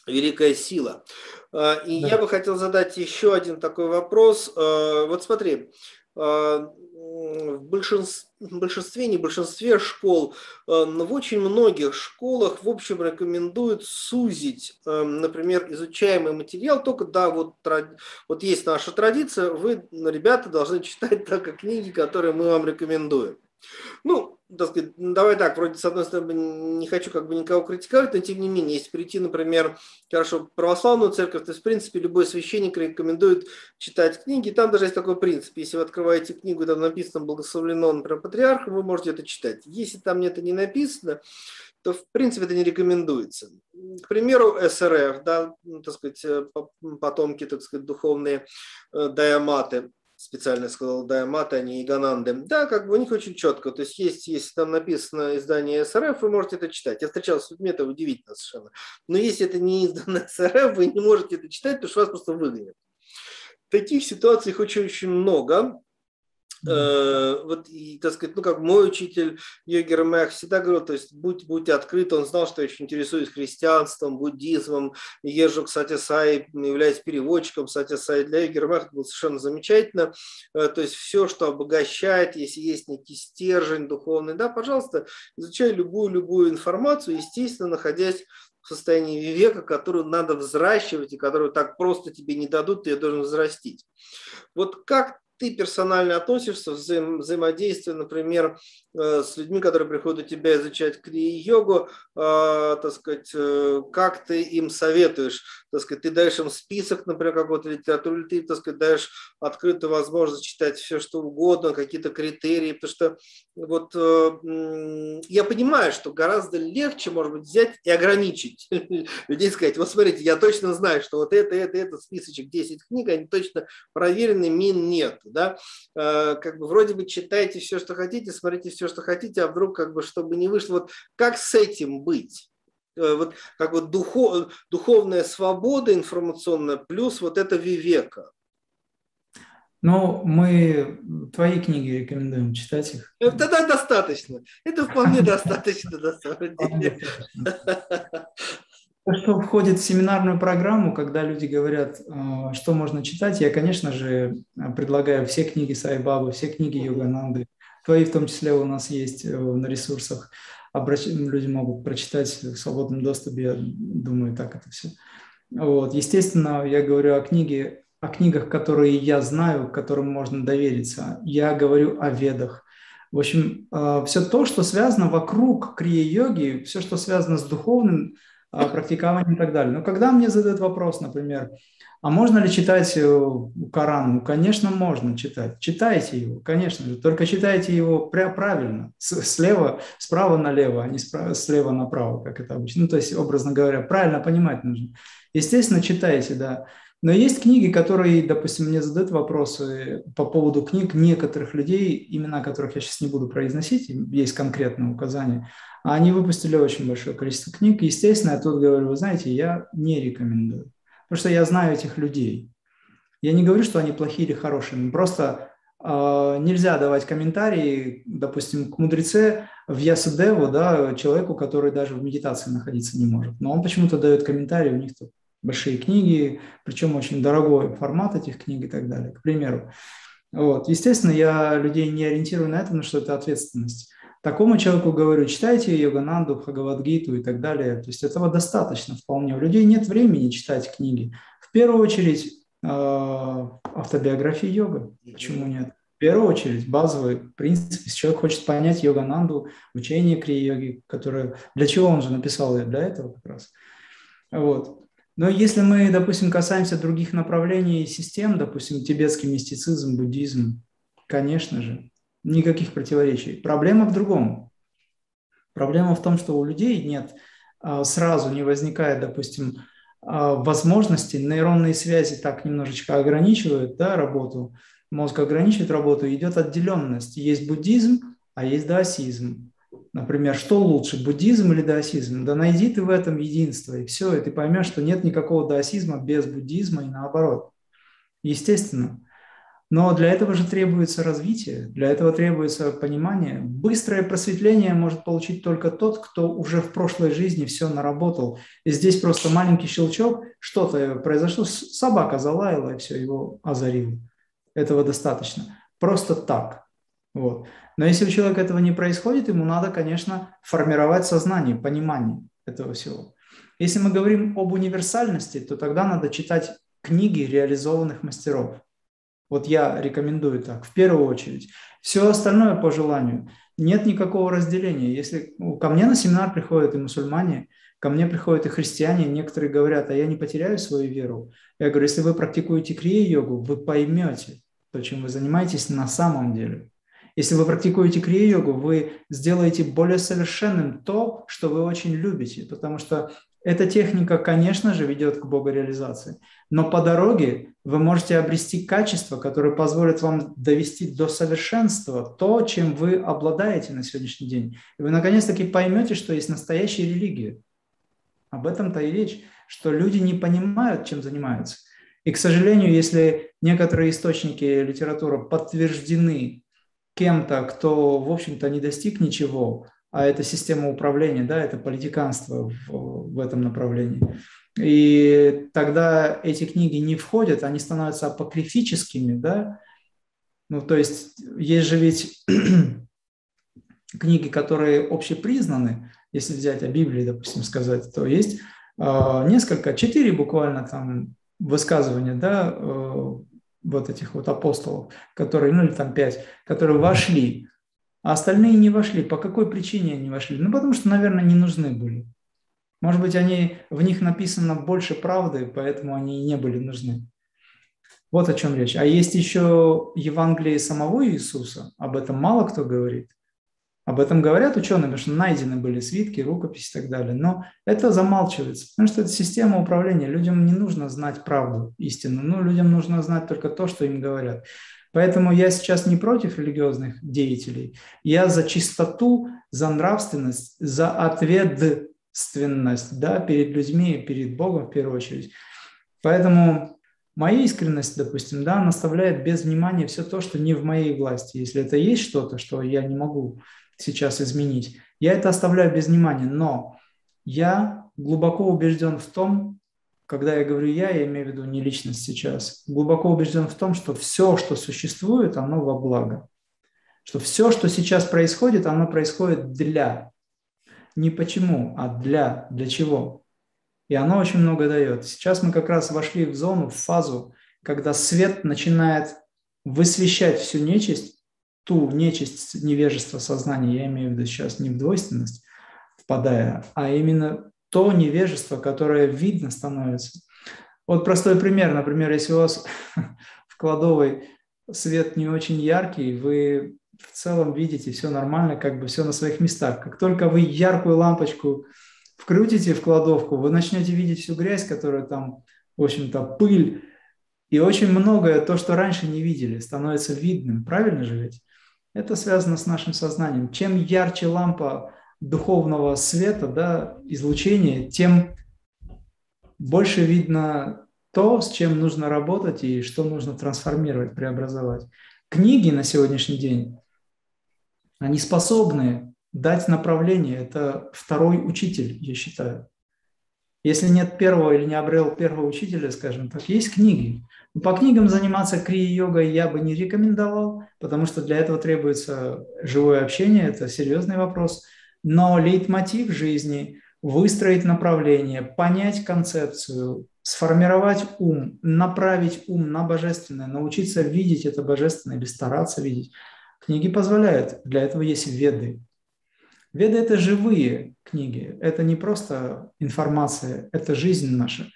Speaker 1: великая сила. А, И да. я бы хотел задать еще один такой вопрос. А, Вот смотри, а, в большинстве, большинстве, не большинстве школ, Э, но в очень многих школах, в общем, рекомендуют сузить, э, например, изучаемый материал, только, да, вот, вот есть наша традиция, вы, ребята, должны читать только книги, которые мы вам рекомендуем. Ну, так сказать, давай так, вроде, с одной стороны, не хочу как бы никого критиковать, но тем не менее, если прийти, например, хорошо, православную церковь, то, в принципе, любой священник рекомендует читать книги, там даже есть такой принцип, если вы открываете книгу, там написано «Благословлено, например, патриархом», вы можете это читать. Если там это не написано, то, в принципе, это не рекомендуется. К примеру, СРФ, да, ну, так сказать, э, потомки, так сказать, духовные дайматы, специально сказал Даймат, а не Игананды. Да, как бы у них очень четко. То есть, есть, если там написано издание СРФ, вы можете это читать. Я встречался с людьми, это удивительно совершенно. Но если это не издано СРФ, вы не можете это читать, потому что вас просто выгонят. Таких ситуаций очень-очень много. Mm-hmm. вот, и, так сказать, ну, как мой учитель Йогер Мэх всегда говорил, то есть, будь, будь открыт, он знал, что я очень интересуюсь христианством, буддизмом, езжу к Сати Сай, являюсь переводчиком Сати Сай. Для Йогера Мэха это было совершенно замечательно, Э, то есть, все, что обогащает, если есть некий стержень духовный, да, пожалуйста, изучай любую-любую информацию, естественно, находясь в состоянии века, которую надо взращивать и которую так просто тебе не дадут, ты ее должен взрастить. Вот как ты персонально относишься, взаим, взаимодействие, например, э, с людьми, которые приходят у тебя изучать крии-йогу, э, так сказать, э, как ты им советуешь, так сказать, ты даешь им список, например, какой-то литературы, или ты, так сказать, даешь открытую возможность читать все, что угодно, какие-то критерии, потому что вот э, я понимаю, что гораздо легче, может быть, взять и ограничить людей, сказать, вот смотрите, я точно знаю, что вот это, это, это, списочек 10 книг, они точно проверены, мин нет, да, Э, как бы вроде бы читайте все, что хотите, смотрите все, что хотите, а вдруг как бы чтобы не вышло, вот как с этим быть? Э, Вот как вот духов, духовная свобода информационная плюс вот это вивека.
Speaker 2: Ну, мы твои книги рекомендуем читать их.
Speaker 1: Да, да, Э, достаточно. Это вполне достаточно, на самом деле.
Speaker 2: То, что входит в семинарную программу, когда люди говорят, э, что можно читать, я, конечно же, предлагаю все книги Сайбабы, все книги Йогананды, твои в том числе у нас есть э, на ресурсах, люди могут прочитать в свободном доступе, я думаю, так это все. Вот. Естественно, я говорю о книге, о книгах, которые я знаю, которым можно довериться. Я говорю о ведах, в общем, все то, что связано вокруг крия-йоги, все, что связано с духовным, практикование и так далее. Но когда мне задают вопрос, например, а можно ли читать э, Коран? Ну, конечно, можно читать. Читайте его, конечно же, только читайте его правильно, слева, справа налево, а не справа, слева направо, как это обычно. Ну, то есть, образно говоря, правильно понимать нужно. Естественно, читайте, да. Но есть книги, которые, допустим, мне задают вопросы по поводу книг некоторых людей, имена которых я сейчас не буду произносить, есть конкретное указание. А они выпустили очень большое количество книг. Естественно, я тут говорю, вы знаете, я не рекомендую, потому что я знаю этих людей. Я не говорю, что они плохие или хорошие, просто э, нельзя давать комментарии, допустим, к мудреце в Ясадеву, да, человеку, который даже в медитации находиться не может. Но он почему-то дает комментарии, у них тут большие книги, причем очень дорогой формат этих книг и так далее, к примеру. Вот. Естественно, я людей не ориентирую на это, потому что это ответственность. Такому человеку говорю, читайте Йогананду, Бхагавадгиту и так далее. То есть этого достаточно вполне. У людей нет времени читать книги. В первую очередь а, автобиографии йога. Почему нет? В первую очередь базовый принцип, если человек хочет понять йогананду, учение крии-йоги, которое, для чего он же написал ее, для этого как раз. Вот. Но если мы, допустим, касаемся других направлений и систем, допустим, тибетский мистицизм, буддизм, конечно же, никаких противоречий. Проблема в другом. Проблема в том, что у людей нет, сразу не а, возникает, допустим, возможностей. Нейронные связи так немножечко ограничивают да, работу. Мозг ограничивает работу, идет отделенность. Есть буддизм, а есть даосизм. Например, что лучше, буддизм или даосизм? Да найди ты в этом единство, и все, и ты поймешь, что нет никакого даосизма без буддизма и наоборот. Естественно. Но для этого же требуется развитие, для этого требуется понимание. Быстрое просветление может получить только тот, кто уже в прошлой жизни все наработал. И здесь просто маленький щелчок, что-то произошло, собака залаяла, и все, его озарило. Этого достаточно. Просто так. Вот. Но если у человека этого не происходит, ему надо, конечно, формировать сознание, понимание этого всего. Если мы говорим об универсальности, то тогда надо читать книги реализованных мастеров – вот я рекомендую так, в первую очередь. Все остальное по желанию. Нет никакого разделения. Если ко мне на семинар приходят и мусульмане, ко мне приходят и христиане, некоторые говорят, а я не потеряю свою веру. Я говорю, если вы практикуете крия-йогу, вы поймете то, чем вы занимаетесь на самом деле. Если вы практикуете крия-йогу, вы сделаете более совершенным то, что вы очень любите, потому что эта техника, конечно же, ведет к богореализации, но по дороге вы можете обрести качество, которое позволит вам довести до совершенства то, чем вы обладаете на сегодняшний день. И вы наконец-таки поймете, что есть настоящая религия. Об этом-то и речь, что люди не понимают, чем занимаются. И, к сожалению, если некоторые источники литературы подтверждены кем-то, кто, в общем-то, не достиг ничего, а это система управления, да, это политиканство в, в этом направлении. И тогда эти книги не входят, они становятся апокрифическими, да. Ну, то есть есть же ведь книги, которые общепризнаны, если взять о Библии, допустим, сказать, то есть э, несколько, четыре буквально там высказывания, да, э, вот этих вот апостолов, которые, ну или там пять, которые вошли а остальные не вошли. По какой причине они вошли? Ну, потому что, наверное, не нужны были. Может быть, они, в них написано больше правды, поэтому они и не были нужны. Вот о чем речь. А есть еще Евангелие самого Иисуса. Об этом мало кто говорит. Об этом говорят ученые, потому что найдены были свитки, рукописи и так далее. Но это замалчивается, потому что это система управления. Людям не нужно знать правду, истину. Ну, людям нужно знать только то, что им говорят. Поэтому я сейчас не против религиозных деятелей. Я за чистоту, за нравственность, за ответственность да, перед людьми, перед Богом в первую очередь. Поэтому моя искренность, допустим, да, она оставляет без внимания все то, что не в моей власти. Если это есть что-то, что я не могу сейчас изменить, я это оставляю без внимания. Но я глубоко убежден в том, когда я говорю «я», я имею в виду не личность сейчас, глубоко убежден в том, что все, что существует, оно во благо. Что все, что сейчас происходит, оно происходит для. Не почему, а для. Для чего. И оно очень много дает. Сейчас мы как раз вошли в зону, в фазу, когда свет начинает высвещать всю нечисть, ту нечисть невежества сознания, я имею в виду сейчас не в двойственность впадая, а именно то невежество, которое видно становится. Вот простой пример. Например, если у вас в кладовой свет не очень яркий, вы в целом видите все нормально, как бы все на своих местах. Как только вы яркую лампочку вкрутите в кладовку, вы начнете видеть всю грязь, которая там, в общем-то, пыль. И очень многое, то, что раньше не видели, становится видным. Правильно же ведь? Это связано с нашим сознанием. Чем ярче лампа, духовного света, да, излучения, тем больше видно то, с чем нужно работать и что нужно трансформировать, преобразовать. Книги на сегодняшний день, они способны дать направление. Это второй учитель, я считаю. Если нет первого или не обрел первого учителя, скажем так, есть книги. Но по книгам заниматься крия-йогой я бы не рекомендовал, потому что для этого требуется живое общение, это серьезный вопрос – но лейтмотив жизни – выстроить направление, понять концепцию, сформировать ум, направить ум на божественное, научиться видеть это божественное или стараться видеть. Книги позволяют. Для этого есть веды. Веды – это живые книги. Это не просто информация, это жизнь наша.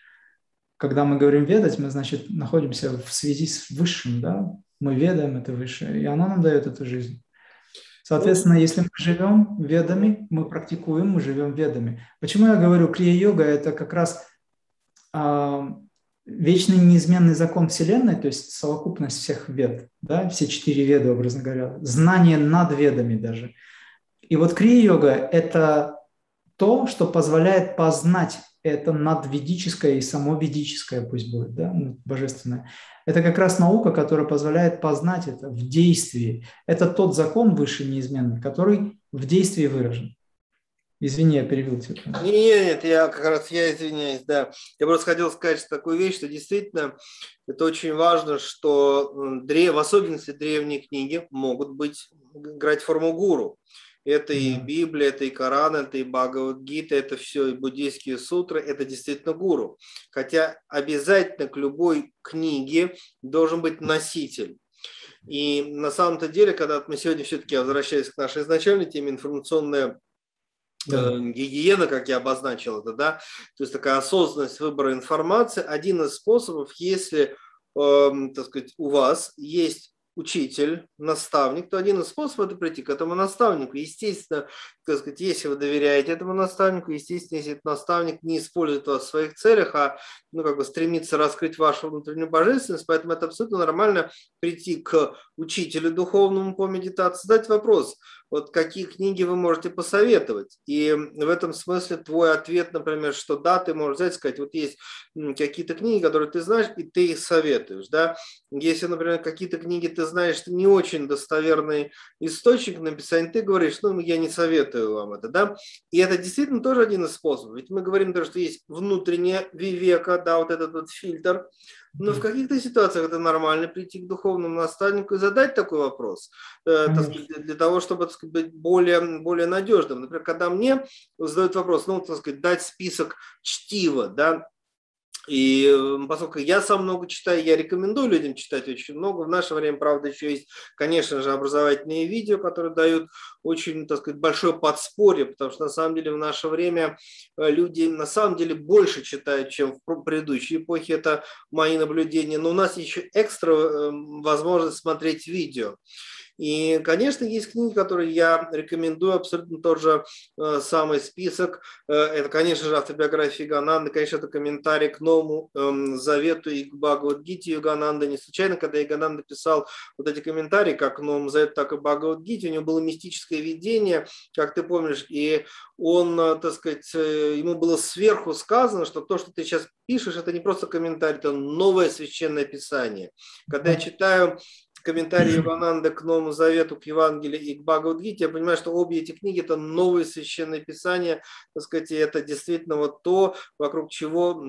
Speaker 2: Когда мы говорим «ведать», мы, значит, находимся в связи с высшим, да? Мы ведаем это высшее, и оно нам дает эту жизнь. Соответственно, если мы живем ведами, мы практикуем, мы живем ведами. Почему я говорю, крия-йога – это как раз а, вечный неизменный закон Вселенной, то есть совокупность всех вед, да, все четыре веда, образно говоря, знание над ведами даже. И вот крия-йога – это то, что позволяет познать это надведическое и само ведическое пусть будет, да, ну, божественное. Это как раз наука, которая позволяет познать это в действии. Это тот закон выше неизменный, который в действии выражен. Извини, я перевел тебя.
Speaker 1: Нет, нет, я как раз, я извиняюсь, да. Я просто хотел сказать такую вещь, что действительно это очень важно, что древ, в особенности древние книги могут быть, играть форму гуру. Это и Библия, это и Коран, это и Бхагавадгита, это все и буддийские сутры, это действительно гуру. Хотя обязательно к любой книге должен быть носитель. И на самом-то деле, когда мы сегодня все-таки возвращаясь к нашей изначальной теме, информационная
Speaker 2: Э,
Speaker 1: да. Эм, гигиена, как я обозначил это, да, то есть такая осознанность выбора информации, один из способов, если, э, так сказать, у вас есть учитель, наставник, то один из способов это прийти к этому наставнику. Естественно, так сказать, если вы доверяете этому наставнику, естественно, если этот наставник не использует вас в своих целях, а ну, как бы стремится раскрыть вашу внутреннюю божественность, поэтому это абсолютно нормально прийти к учителю духовному по медитации, задать вопрос, вот какие книги вы можете посоветовать. И в этом смысле твой ответ, например, что да, ты можешь взять и сказать, вот есть какие-то книги, которые ты знаешь, и ты их советуешь. Да? Если, например, какие-то книги ты знаешь, что не очень достоверный источник написания, ты говоришь, ну, я не советую вам это. Да? И это действительно тоже один из способов. Ведь мы говорим, то, что есть внутренняя вивека, да, вот этот вот фильтр, но в каких-то ситуациях это нормально прийти к духовному наставнику и задать такой вопрос, э, сказать, для того, чтобы сказать, быть более, более надежным. Например, когда мне задают вопрос, ну, так сказать, дать список чтива, да, и э, поскольку я сам много читаю, я рекомендую людям читать очень много. В наше время, правда, еще есть, конечно же, образовательные видео, которые дают очень, так сказать, большое подспорье, потому что на самом деле в наше время э, люди на самом деле больше читают, чем в предыдущей эпохе. Это мои наблюдения. Но у нас еще экстра эм, возможность смотреть видео. И, конечно, есть книги, которые я рекомендую, абсолютно тот же э, самый список. Э, это, конечно же, автобиография Югананды, конечно, это комментарий к Новому э, Завету и к Бхагавадгите Югананды. Не случайно, когда Югананда писал вот эти комментарии как «Ну, к Новому Завету, так и Бхагавадгите, у него было мистическое видение, как ты помнишь, и он, э, так сказать, ему было сверху сказано, что то, что ты сейчас пишешь, это не просто комментарий, это новое священное писание. Когда я читаю комментарии Ивананда к Новому Завету, к Евангелию и к Бхагавадгите, я понимаю, что обе эти книги – это новые священные писания, так сказать, и это действительно вот то, вокруг чего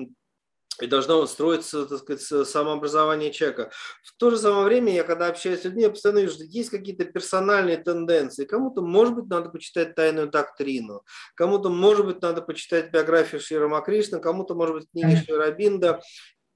Speaker 1: и должно строиться, так сказать, самообразование человека. В то же самое время, я когда общаюсь с людьми, я постоянно вижу, что есть какие-то персональные тенденции. Кому-то, может быть, надо почитать «Тайную доктрину», кому-то, может быть, надо почитать биографию Шри Макришна, кому-то, может быть, книги Ширабинда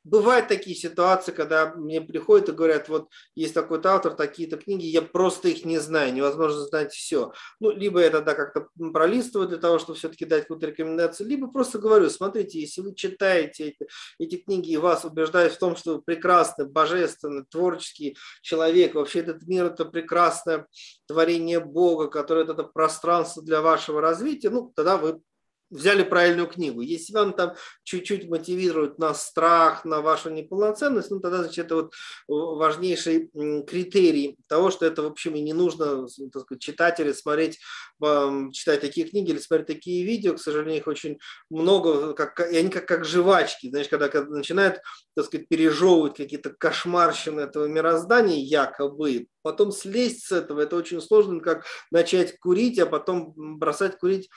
Speaker 1: бывают такие ситуации, когда мне приходят и говорят, вот есть такой-то автор, такие-то книги, я просто их не знаю, невозможно знать все. Ну, либо я тогда как-то пролистываю для того, чтобы все-таки дать какую-то рекомендацию, либо просто говорю, смотрите, если вы читаете эти, эти книги и вас убеждают в том, что вы прекрасный, божественный, творческий человек, вообще этот мир – это прекрасное творение Бога, которое – это пространство для вашего развития, ну, тогда вы взяли правильную книгу. Если вам там чуть-чуть мотивируют на страх, на вашу неполноценность, ну тогда, значит, это вот важнейший критерий того, что это, в общем, и не нужно так сказать, читать или смотреть, читать такие книги или смотреть такие видео. К сожалению, их очень много, э, как, и они как, как жвачки, знаешь, когда, когда начинают, так сказать, пережевывать какие-то кошмарщины этого мироздания якобы, потом слезть с этого, это очень сложно, как начать курить, а потом бросать курить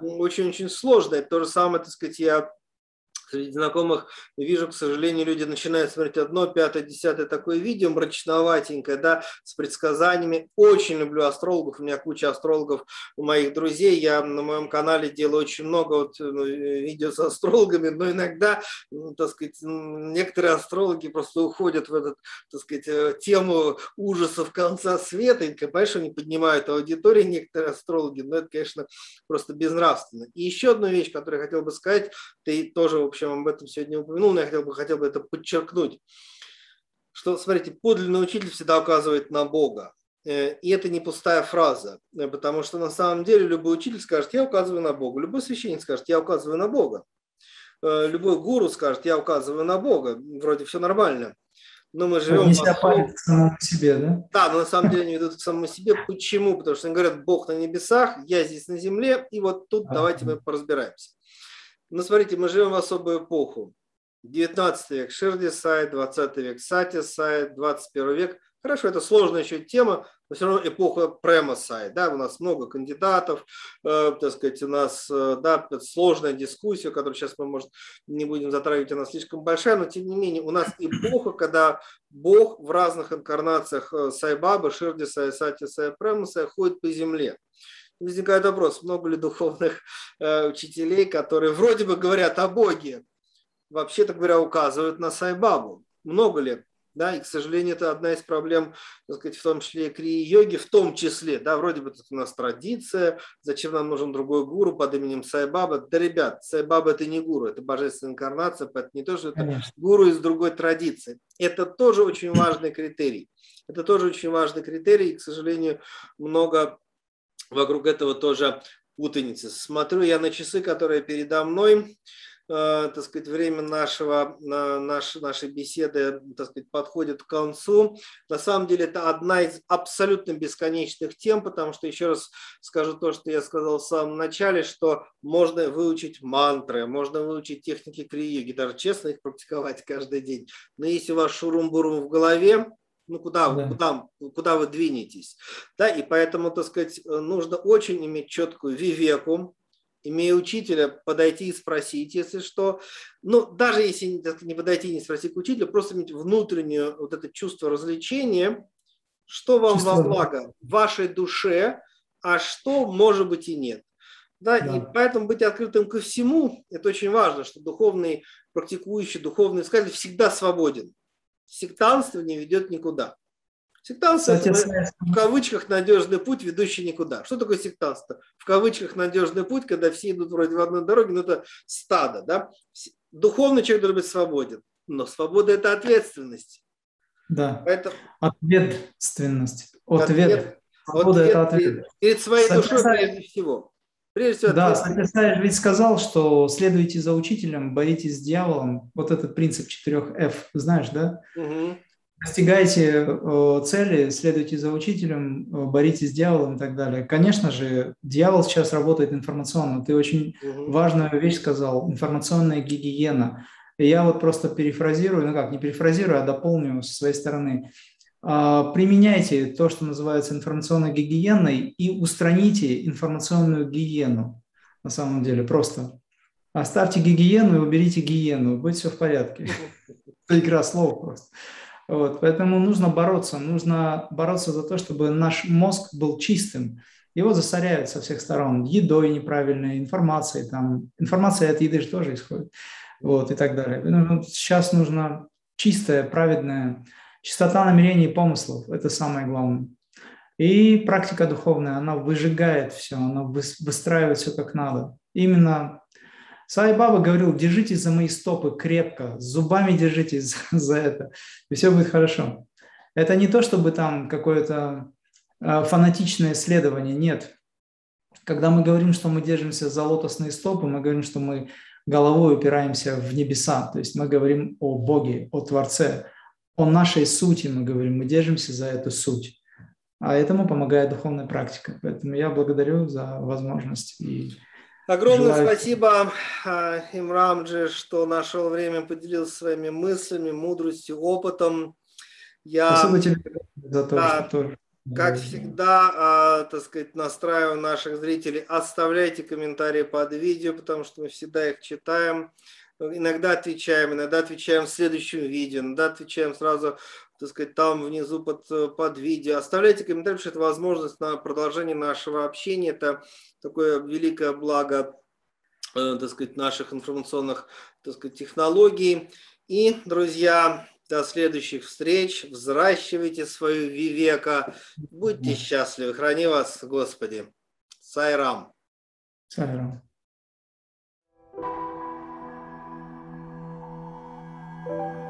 Speaker 1: очень-очень да. сложно. Это то же самое, так сказать, я среди знакомых вижу, к сожалению, люди начинают смотреть одно, пятое, десятое такое видео, мрачноватенькое, да, с предсказаниями. Очень люблю астрологов, у меня куча астрологов у моих друзей, я на моем канале делаю очень много вот, ну, видео с астрологами, но иногда, ну, так сказать, некоторые астрологи просто уходят в эту, так сказать, э, тему ужасов конца света, и, конечно, они поднимают аудитории некоторые астрологи, но это, конечно, просто безнравственно. И еще одну вещь, которую я хотел бы сказать, ты тоже, в общем, общем, об этом сегодня упомянул, но я хотел бы, хотел бы это подчеркнуть, что, смотрите, подлинный учитель всегда указывает на Бога. Э, И это не пустая фраза, э, потому что на самом деле любой учитель скажет, я указываю на Бога, любой священник скажет, я указываю на Бога. любой гуру скажет, я указываю на Бога, вроде все нормально. Но мы живем...
Speaker 2: Поднеся палец к самому себе, да?
Speaker 1: Да, но на самом деле они ведут к самому себе. Почему? Потому что они говорят, Бог на небесах, я здесь на земле, и вот тут
Speaker 2: Ага.
Speaker 1: давайте мы поразбираемся. Ну, смотрите, мы живем в особую эпоху. 19 век Ширдисай, 20 век Сатисай, 21 век. Хорошо, это сложная еще тема, но все равно эпоха Премасай. Да, у нас много кандидатов, э, так сказать, у нас э, да, сложная дискуссия, которую сейчас мы, может, не будем затрагивать, она слишком большая, но тем не менее у нас эпоха, когда Бог в разных инкарнациях э, Сайбабы, Ширдисая, Сатисая, Премасая ходит по земле. Возникает вопрос, много ли духовных э, учителей, которые вроде бы говорят о Боге, вообще-то говоря, указывают на Сайбабу. Много ли? Да, и, к сожалению, это одна из проблем, так сказать, в том числе и крии-йоги, в том числе, да, вроде бы тут у нас традиция, зачем нам нужен другой гуру под именем Сайбаба? Да, ребят, Сайбаба – это не гуру, это божественная инкарнация, поэтому не то, что это
Speaker 2: Конечно.
Speaker 1: гуру из другой традиции. Это тоже очень важный критерий. Это тоже очень важный критерий, и, к сожалению, много вокруг этого тоже путаницы. Смотрю я на часы, которые передо мной, Э, так сказать, время нашего, на- наш- нашей беседы так сказать, подходит к концу. На самом деле это одна из абсолютно бесконечных тем, потому что, еще раз скажу то, что я сказал в самом начале, что можно выучить мантры, можно выучить техники крии-йоги, даже честно их практиковать каждый день. Но если у вас шурум-бурум в голове, ну куда,
Speaker 2: Да.
Speaker 1: куда, куда вы двинетесь? Да, и поэтому, так сказать, э, нужно очень иметь четкую вивеку, имея учителя, подойти и спросить, если что. Ну, даже если не- так не подойти и не спросить к учителю, просто иметь внутреннее вот это чувство развлечения, что вам во
Speaker 2: Чувство-
Speaker 1: благо, вашей душе, а что, может быть, и нет. Да, и
Speaker 2: Да.
Speaker 1: поэтому быть открытым ко всему, это очень важно, что духовный практикующий, духовный искатель всегда свободен. Сектанство не ведет никуда. Сектанство
Speaker 2: Кстати,
Speaker 1: это
Speaker 2: знаешь,
Speaker 1: в кавычках надежный путь, ведущий никуда. Что такое сектантство? В кавычках надежный путь, когда все идут вроде в одной дороге, но это стадо. Да? С- Духовный человек должен быть свободен, но свобода – это ответственность.
Speaker 2: да.
Speaker 1: Поэтому
Speaker 2: Ответственность.
Speaker 1: Ответ.
Speaker 2: Ответ. Свобода – это ответ.
Speaker 1: перед, перед своей душой
Speaker 2: Соответственно-
Speaker 1: прежде всего. Прежде всего,
Speaker 2: Да,
Speaker 1: ответственность.
Speaker 2: Сатя Саидж ведь сказал, что следуйте за учителем, боритесь с дьяволом. Вот этот принцип четырех F, знаешь, да?
Speaker 1: Мгм.
Speaker 2: Достигайте э, цели, следуйте за учителем, э, боритесь с дьяволом и так далее. Конечно же, дьявол сейчас работает информационно. Ты очень
Speaker 1: Мгм.
Speaker 2: важную вещь сказал, информационная гигиена. И я вот просто перефразирую, ну как, не перефразирую, а дополню со своей стороны. А, Применяйте то, что называется информационной гигиеной, и устраните информационную гигиену, на самом деле, просто. Оставьте гигиену и уберите гиену, будет все в порядке. Это игра слов просто. Вот, поэтому нужно бороться, нужно бороться за то, чтобы наш мозг был чистым, его засоряют со всех сторон едой неправильной, информацией, там, информация от еды же тоже исходит, вот, и так далее. Ну, вот сейчас нужно чистое, праведное, чистота намерений и помыслов, это самое главное. И практика духовная, она выжигает все, она выс- выстраивает все как надо. Именно Сай Баба говорил, держитесь за мои стопы крепко, зубами держитесь за- за это, и все будет хорошо. Это не то, чтобы там какое-то э, фанатичное следование. Нет. Когда мы говорим, что мы держимся за лотосные стопы, мы говорим, что мы головой упираемся в небеса. То есть мы говорим о Боге, о Творце, о нашей сути мы говорим. Мы держимся за эту суть. А этому помогает духовная практика. Поэтому я благодарю за возможность. И
Speaker 1: Огромное
Speaker 2: Желаю-
Speaker 1: спасибо э, Имрамджи, что нашел время, поделился своими мыслями, мудростью, опытом. Я...
Speaker 2: спасибо тебе за то,
Speaker 1: да,
Speaker 2: что тоже.
Speaker 1: Как всегда, а, так сказать, настраиваю наших зрителей. Оставляйте комментарии под видео, потому что мы всегда их читаем. Иногда отвечаем, иногда отвечаем в следующем видео, иногда отвечаем сразу, так сказать, там внизу под, э, под видео. Оставляйте комментарии, потому что это возможность на продолжение нашего общения. Это такое великое благо, э, так сказать, наших информационных, так сказать, технологий. И, друзья, до следующих встреч. Взращивайте свою вивека. Будьте счастливы. Храни вас, Господи. Сайрам.
Speaker 2: Сайрам.
Speaker 3: Thank